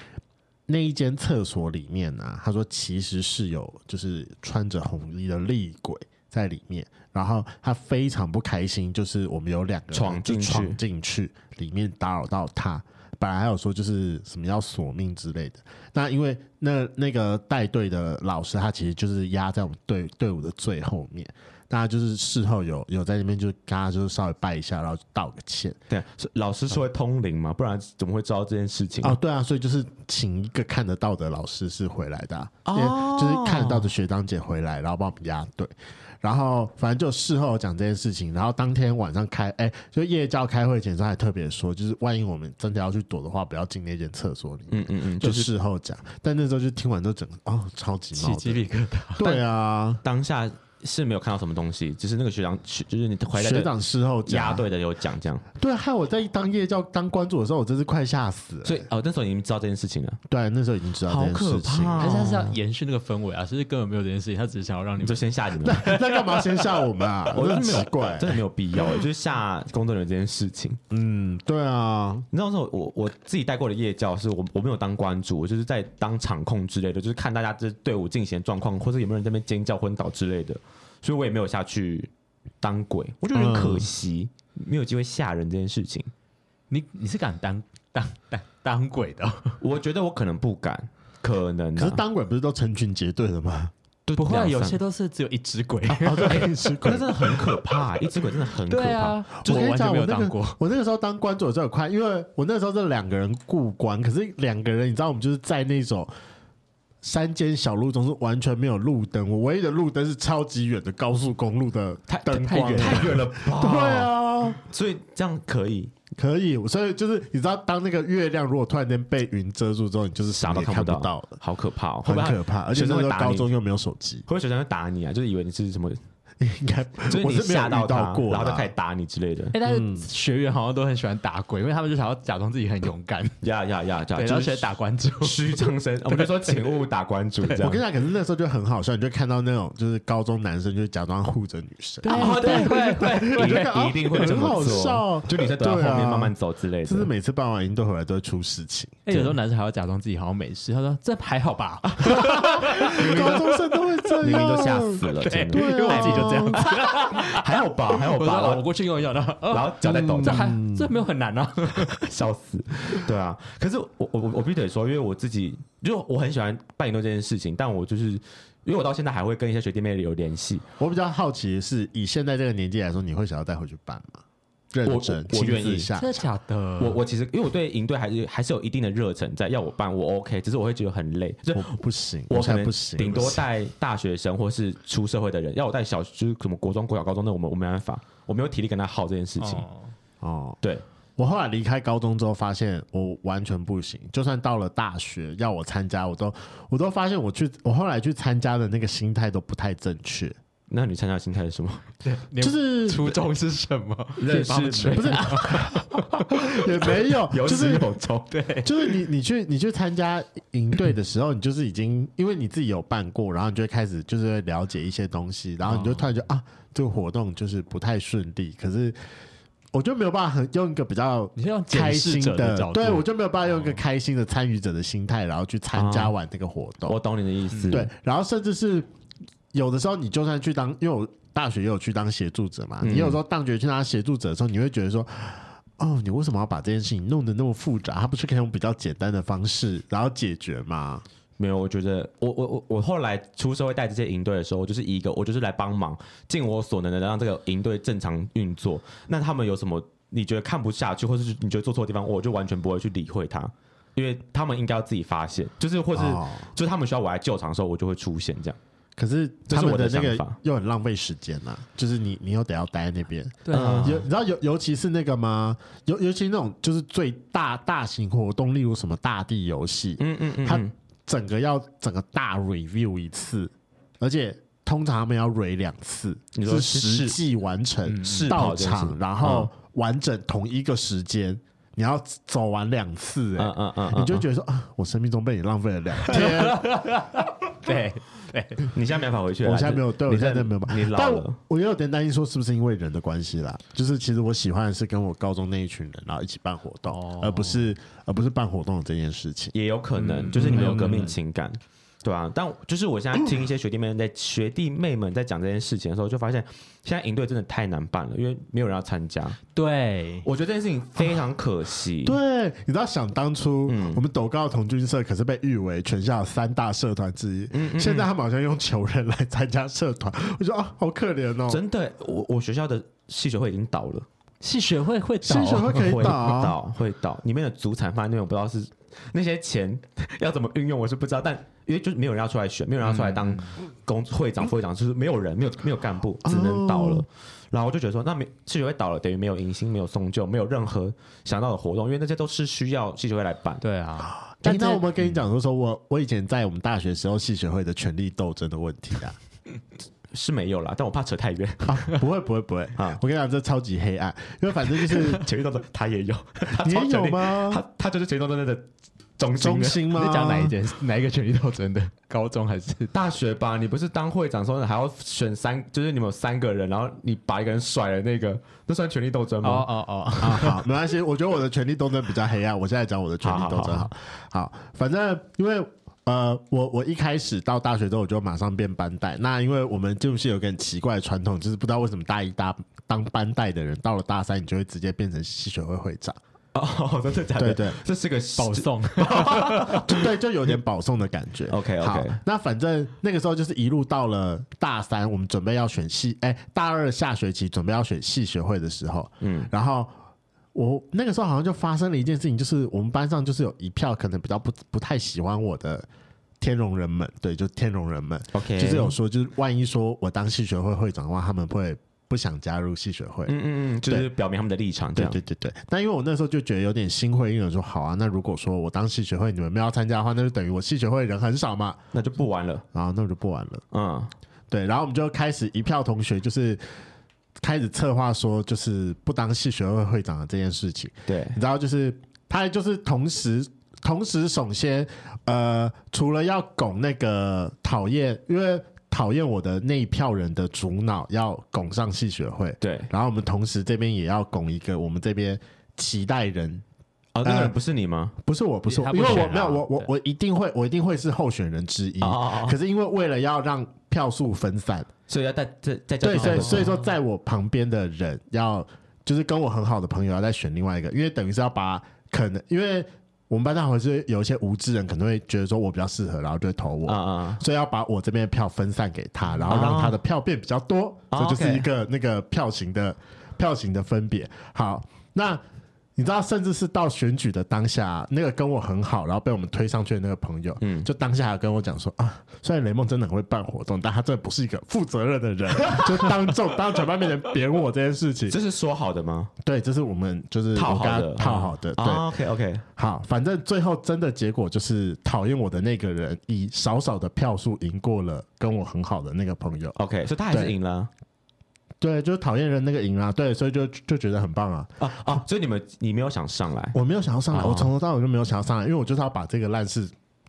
那一间厕所里面呢、他说其实是有就是穿着红衣的厉鬼在里面，然后他非常不开心，就是我们有两个人闯进就去闯进去里面打扰到他。本来还有说就是什么要索命之类的，那因为那那个带队的老师他其实就是压在我们队队伍的最后面，那就是事后有有在那边就是跟他就是稍微拜一下，然后道个歉，对，是老师是会通灵嘛，不然怎么会知道这件事情？哦，对啊，所以就是请一个看得到的老师是回来的、啊，哦因为就是看得到的学长姐回来，然后帮我们压队。然后反正就事后讲这件事情，然后当天晚上开，哎，就夜教开会前，他还特别说，就是万一我们真的要去躲的话，不要进那间厕所里面，嗯嗯嗯，就就是事后讲。但那时候就听完之后，整个哦，超级起冒鸡的，皮哦疙瘩。对啊，当下是没有看到什么东西，只是那个学长，学就是你 回来学的长事后讲压，队的有讲这样，对，害我在当夜教当关主的时候，我真是快吓死了。所以哦，那时候你们知道这件事情了，对，那时候已经知道这件好可事情，怕哦还是他是要延续那个氛围啊？是不是根本没有这件事情？他只是想要让你你们就先吓 你们， 那干嘛先吓我们啊？我我觉得觉得很没有奇怪，真的没有必要，就是吓工作人员这件事情。嗯，对啊，你知道那时候我我自己带过的夜教是我我没有当关主，我就是在当场控之类的，就是看大家这队伍进行的状况，或者有没有人在那边尖叫昏倒之类的，所以我也没有下去当鬼，我觉得有点可惜，没有机会吓人这件事情。你你是敢当当当当鬼的哦、 我觉得我可能不敢，可能、啊可是当鬼不是都成群结队的吗？不会啊，两有三些都是只有一只鬼。哦，对，是可鬼是。真的很可怕，一只鬼真的很可怕。对啊，我我跟你完全讲，没我有那当个过。 我那个时候当关主的时候很快，因为我那时候是两个人顾关，可是两个人你知道，我们就是在那种山间小路中是完全没有路灯，我唯一的路灯是超级远的高速公路的太灯太光，远太远了吧？对，啊，所以这样可以，可以，所以就是你知道，当那个月亮如果突然间被云遮住之后，你就是啥都看看不不到了，好可怕、哦，会很不会可怕。而且学那生时会候打高你？会中又没有手机，不会学生会打你啊？就是以为你是什么应该就是我你是没有吓遇到他，过啊啦，然后他开始打你之类的。哎、但是学员好像都很喜欢打鬼，因为他们就想要假装自己很勇敢，呀呀呀呀！对，然就后是啊学打关注。虚张声， 我们就说请勿打关注这我样跟你。讲，可是那时候就很好笑，你就看到那种就是高中男生就假装护着女生，哦对 对对，一定一定会这很么好笑做，就你在对后啊面慢慢走之类就是的。每次办完营队回来都会出事 情，哎、有时候男生还要假装自己好像没事，他说这还好吧，高中生都会这样，明明都吓死了，真的对啊啊，因为我自己就这样子，还好吧，还好我吧，说然哦我后过去用一用，然后然哦后脚在抖，这这样还这没有很难啊，笑死，对啊。可是我我我我必须得说，因为我自己就我很喜欢办营队这件事情，但我就是因为我到现在还会跟一些学弟妹有联系，我比较好奇的是，以现在这个年纪来说，你会想要带回去办吗？认真，我我愿亲自意下 真的假的？我我其实因为我对营队还是还是有一定的热忱在，要我办我 OK，只是我会觉得很累，就我不行，我可现在能不行，顶多带大学生或是出社会的人，要我带小就是什么国中、国小、高中的，我们我没办法，我没有体力跟他耗这件事情。哦哦。对，我后来离开高中之后，发现我完全不行。就算到了大学要我参加，我都我都发现我去我后来去参加的那个心态都不太正确，那你参加的心态是什么？你就是初衷是什么？认识把他们吹不是也没有， 有就是始有终，对，就是你你去你去参加营队的时候，你就是已经因为你自己有办过，然后你就会开始就是会了解一些东西，然后你就突然就、啊，这个活动就是不太顺利，可是我就没有办法很用一个比较。你是用开解释心者的角度，对我就没有办法用一个开心的参与者的心态，然后去参加完这个活动。我懂你的意思。嗯对，，然后甚至是有的时候，你就算去当，因为我大学也有去当协助者嘛，嗯你有时候当学去当协助者的时候，你会觉得说。哦，你为什么要把这件事情弄得那么复杂？他不是可以用比较简单的方式然后解决吗？没有，我觉得我我我我后来出社会带这些营队的时候，我就是一个我就是来帮忙，尽我所能的让这个营队正常运作。那他们有什么你觉得看不下去，或是你觉得做错的地方，我就完全不会去理会他，因为他们应该要自己发现，就是或是、哦就是他们需要我来救场的时候，我就会出现这样。可是这他是们我的那想个法又很浪费时间呐、就是你你又得要待在那边，对啊，尤你知道尤尤其是那个吗？尤尤其那种就是最大大型活动，例如什么大地游戏，嗯嗯嗯，他整个要整个大 review 一次，而且通常他们要 re 两次，你是说实试际完成试跑到这件嗯事场，然后完整同一个时间，你要走完两次、嗯哎、嗯嗯，嗯你就会觉得说啊，我生命中被你浪费了两 天，对对，你现在没办法回去了，我现在没有，对我啊你现在真的没有办法你老但了我。我也有点担心，说是不是因为人的关系啦？就是其实我喜欢的是跟我高中那一群人，然后一起办活动，哦而不是而不是办活动的这件事情。也有可嗯能，就是你们有革命情感，对啊。但就是我现在听一些学弟妹在学弟妹们在讲这件事情的时候，就发现现在营队真的太难办了，因为没有人要参加。对，我觉得这件事情非常可惜。对，你知道，想当初、嗯我们斗高童军社可是被誉为全校三大社团之嗯一，现在他们好像用求人来参加社团，我觉得啊，好可怜哦。真的，我我学校的戏学会已经倒了，系学会会新学找会可以会打，倒会倒，里面的主产方面我不知道是 那些钱要怎么运用，我是不知道。但因为就是没有人要出来选，没有人要出来当工会长、副会长，就是没有人，没有没有干部，只能倒了。然后我就觉得说，那没戏学会倒了，等于没有迎新，没有送旧，没有任何想到的活动，因为那些都是需要戏学会来办。对啊，但这哎那我们跟你讲说，说我我以前在我们大学时候系学会的权力斗争的问题 啊，是没有啦，但我怕扯太远。 啊不会不会不会啊我跟你讲，这超级黑暗，因为反正就是体育动作他也有， 他你超也有权力吗？他他就是体育动作的中心中人心吗？ 你在讲哪一？件哪一个权力斗争的？高中还是大学吧，你不是当会长的时候还要选三，就是你们有三个人，然后你把一个人甩了，那个那算权力斗争吗？哦哦，啊， 好，没关系。我觉得我的权力斗争比较黑啊暗，我现在讲我的权力斗争好。好，反正因为呃，我我一开始到大学之后，我就马上变班带。那因为我们建筑系有个很奇怪的传统，就是不知道为什么大一大当班带的人，到了大三你就会直接变成系学会会长。 哦，真的假对的？对，这是个保 送，就对，就有点保送的感觉。 OK，OK 好，那反正那个时候就是一路到了大三，我们准备要选系，哎、大二下学期准备要选系学会的时候，嗯，然后我那个时候好像就发生了一件事情，就是我们班上就是有一票可能比较不不太喜欢我的天龙人们，对，就天龙人们 OK，就是有说，就是万一说我当系学会会长的话，他们会不想加入系学会，嗯嗯嗯，就是表明他们的立场对这样。对对对，但因为我那时候就觉得有点心灰意冷，说好啊，那如果说我当戏学会你们没有要参加的话，那就等于我戏学会人很少嘛，那就不玩了。然后那我就不玩了。嗯，对，然后我们就开始一票同学就是开始策划说，就是不当系学会会长的这件事情。对你知道，就是他就是同时同时首先呃，除了要拱那个讨厌，因为讨厌我的那一票人的主脑要拱上系学会，对，然后我们同时这边也要拱一个我们这边期待人。哦，那个呃人不是你吗？不是我，不是我，他不因为选我啊没有我我对我一定会，我一定会是候选人之一。哦哦哦可是因为为了要让票数分散，所以要再再再叫对，另所外一以个所以嗯说，在我旁边的人要就是跟我很好的朋友要再选另外一个，因为等于是要把可能，因为我们班上还是有一些无知人可能会觉得说我比较适合，然后就会投我，啊啊，所以要把我这边的票分散给他，然后让他的票变比较多，嗯哦这就是 OK 一个那个票型的票型的分别。好，那你知道，甚至是到选举的当下，那个跟我很好，然后被我们推上去的那个朋友，嗯，就当下还跟我讲说啊，虽然雷梦真的很会办活动，但他真的不是一个负责任的人， 就当众当全班面前贬我这件事情。这是说好的吗？对，这是我们就是套我好跟他的，嗯哦啊套好的，对。 OK OK，好，反正最后真的结果就是讨厌我的那个人以少少的票数赢过了跟我很好的那个朋友。 OK，所以他还是对赢了对，就是讨厌人那个赢啊，对，所以就就觉得很棒啊。啊啊！所以你们你没有想上来，我没有想要上来，哦我从头到尾就没有想要上来，因为我就是要把这个烂事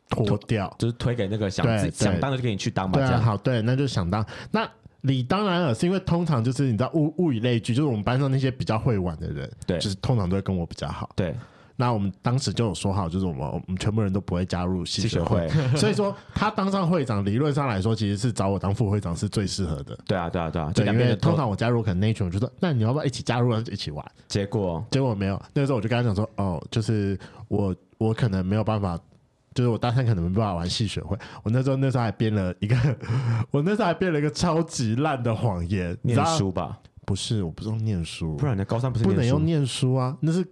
脱掉。就是推给那个想对自对想当的就给你去当吧，对这啊，样好，对，那就想当那理当然了，是因为通常就是你知道物物以类聚，就是我们班上那些比较会玩的人，对就是通常都会跟我比较好。对，那我们当时就有说好，就是我们我们全部人都不会加入系吸学学会，会， 所以说，他当上会长，理论上来说，其实是找我当副会长是最适合的。对啊对啊对啊，就对，两因边为的通头，常我加入可能那一群，我就说，那你要不要一起加入，然后就一起玩？结果结果没有，那个时候我就跟他讲说，哦，就是我我可能没有办法，就是我大三可能没办法玩戏学会。我那时候那时候还编了一个， 我那时候还编了一个超级烂的谎言，你知念道书吧，不是，我不是用念书，不然你高三不是不能用书念书啊，那是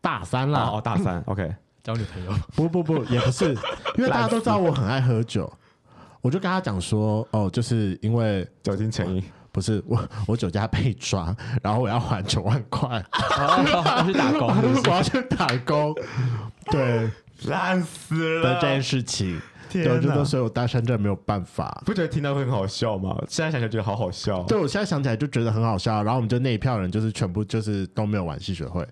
大三啦，哦哦大 三 OK 交女 朋友，不不不，也不是，因为大家都知道我很爱喝酒，我就跟他讲说，哦，就是因为酒精成瘾，不是我我酒驾被抓，然后我要还九万块，哦去打工是不是我要去打工，对烂死的这件事情，天对，我就说，所以我大三真的没有办法。不觉得听到会很好笑吗？现在想想觉得好好笑，对，我现在想起来就觉得很好笑，然后我们就那一票人就是全部就是都没有玩戏学会，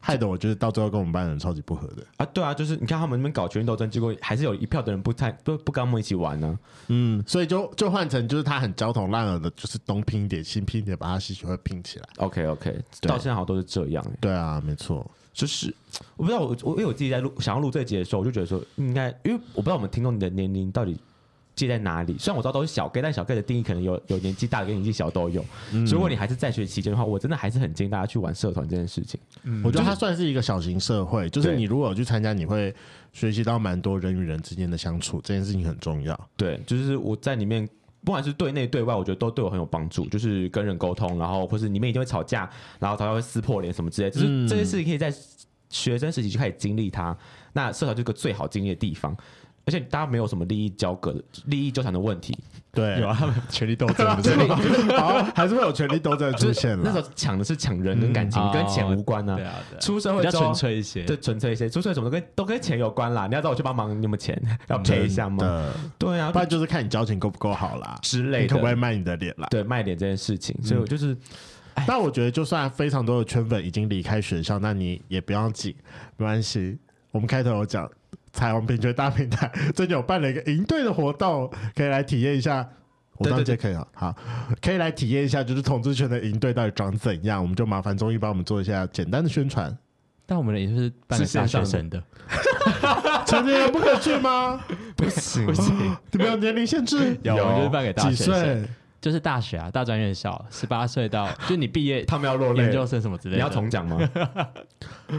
害得我就是到最后跟我们班人超级不合的。啊，对啊，就是你看他们那边搞权力斗争，结果还是有一票的人不参不不跟他们一起玩呢、嗯，所以就就换成就是他很焦头烂额的，就是东拼一点西拼一点，把他戏学会拼起来。 OK OK，对到现在好像都是这样、欸，对啊，没错。就是我不知道我我因为我自己在录想要录这集的时候，我就觉得说嗯应该，因为我不知道我们听众的年龄到底界在哪里。虽然我知道都是小 gay，但小 gay 的定义可能 有有年纪大的跟年纪小都有。所以如果你还是在学期间的话，我真的还是很建议大家去玩社团这件事情。我觉得它算是一个小型社会，就是对你如果有去参加，你会学习到蛮多人与人之间的相处，这件事情很重要。对，就是我在里面，不管是对内对外，我觉得都对我很有帮助。就是跟人沟通，然后或是你们一定会吵架，然后吵架会撕破脸什么之类，就是嗯这些事情可以在学生时期就开始经历它。那社团就是个最好经历的地方。而且大家没有什么利益交割的、利益纠缠的问题，对，有啊，他们权力斗争不是权力好还是会有权力斗争出现那时了。哦候抢的是抢人跟感情，嗯跟钱无关呢、 对啊，对啊出社比会较之纯后，粹一些。对，纯粹一些，出社会什么都跟都跟钱有关啦。你要找我去帮忙，你有没有钱要赔一下吗？的，对啊不，然就是看你交情够不够好啦，之你类可不可以嗯的。卖你的脸啦。对卖脸这件事情，所以我就是 但我觉得，就算非常多的圈粉已经离开学校，那你也不要紧，没关系。我们开头有讲彩虹平权大平台最近有办了一个营队的活动，可以来体验一下。我对当对街可以啊，好，可以来体验一下，就是同志圈的营队到底长怎样。我们就麻烦中医帮我们做一下简单的宣传。但我们也是半个是线大学上的生的，成年人不可去吗？ 不行不行，你们有年龄限制？有我们就是半个大几学生，岁？就是大学啊，大专院校，十八岁到 就你毕业他们要落研泪究。生什么之类你的，要重 讲吗？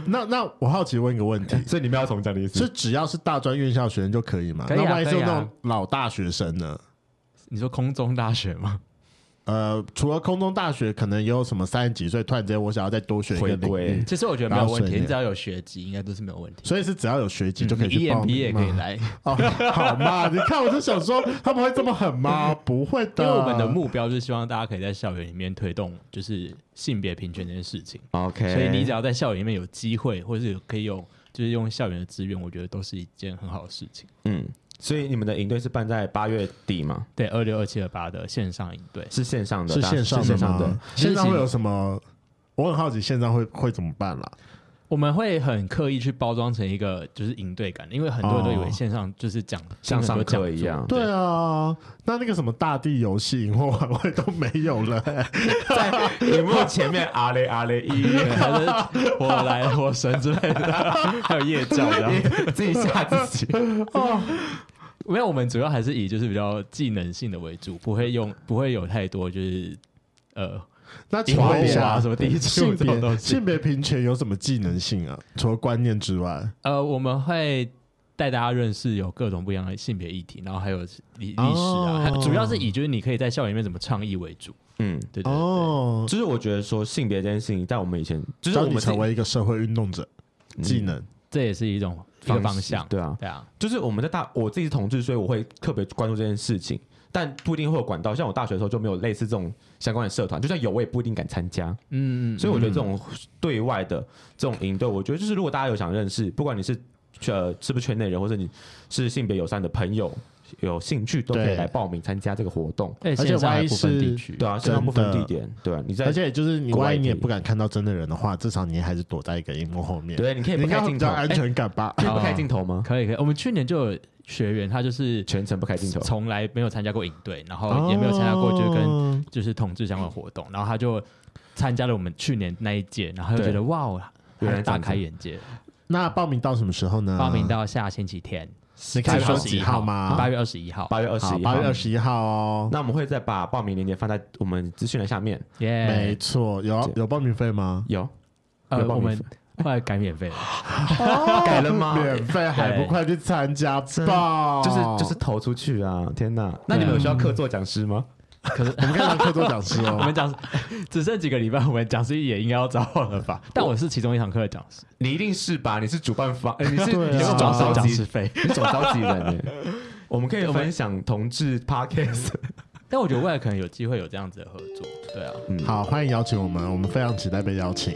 那那我好奇问一个问题：所以你们要重讲的意是？只要是大专院校学生就可以吗？可以啊那万一是可以啊那种老大学生呢？你说空中大学吗？呃，除了空中大学，可能也有什么三十几岁突然之间我想要再多学一个回领归域，其实我觉得没有然问后随题，便你只要有学籍，应该都是没有问题。所以是只要有学籍就可以你去报 EMBA 名也吗可以来，哦，好嘛，你看我就想说他们会这么狠 吗？不会的，因为我们的目标就是希望大家可以在校园里面推动就是性别平权这件事情， OK，所以你只要在校园里面有机会，或是有可以有就是用校园的资源，我觉得都是一件很好的事情。嗯，所以你们的营队是办在八月底吗？对，二六二七二八的线上营队，是线上的，啊是大家线上是线上的吗的，？线上会有什么？我很好奇线上会会怎么办啊啦？我们会很刻意去包装成一个就是营队感，因为很多人都以为线上就是讲像上很多课讲一座样对啊，那那个什么大地游戏萤火晚会都没有 了、在荧幕前面阿雷阿雷一， 还是我来了我神之类的，还有夜教这 样。自己吓自己。没有，我们主要还是以就是比较技能性的为主，不会用不会有太多就是呃那请问一荧幕啊下什，么第一次性这种别东西性。别平权有什么技能性啊？除了观念之外，呃，我们会带大家认识有各种不一样的性别议题，然后还有历历史哦啊，还主要是以就是你可以在校园里面怎么倡议为主。嗯，对对对。哦，就是我觉得说性别这件事情，在我们以前就是教我你们成自为一个社会运动者己技嗯能。这也是一种一个方向。对啊，对啊，就是我们在大我自己是同志，所以我会特别关注这件事情。但不一定会有管道，像我大学的时候就没有类似这种相关的社团，就算有我也不一定敢参加。嗯，所以我觉得这种对外的这种营队，我觉得就是如果大家有想认识，不管你是呃是不是圈内人，或者你是性别友善的朋友，有兴趣都可对以来报名参加这个活动。而且且万还一不分是地区，对啊，线上不真分的地点，对啊，你在而且就是你国外万一你也可以不敢看到真的人的话，至少你还是躲在一个荧幕后面，对，你可以你不应该开会镜比头，较安哎全感吧？可以不开镜头吗？哦可以可以。我们去年就有学员，他就是全程不开镜头，哦从来没有参加过营队，然后哦也没有参加过就是跟跟就是同志相关活动，然后他就参加了我们去年那一届，然后就觉对得哇哦。原来他大长这开样嗯眼界，那报名到什么时候呢？报名到下星期天，你可8以月说21几号吗？八月二十一号，八月二十好，一，八月二。十一号哦。那我们会再把报名链接放在我们资讯栏下面。没耶！错，有啊有报名费吗？有呃，有报我名们费后来改免费了，改了吗？ 免费还不快去参加真吧？就是就是投出去啊！天哪，那你们有需要客座讲师吗？可是我们可以当客座讲师我哦。们讲 师只剩几个礼拜，我们讲师也应该要找我了吧？但我是其中一堂课的讲师，你一定是吧？你是主办方，呃你是对啊你是总找召找讲集师费。你是总召集人哎。我们可以分享同志 podcast，但我觉得未来可能有机会有这样子的合作，对啊。嗯，好，欢迎邀请我们，我们非常期待被邀请。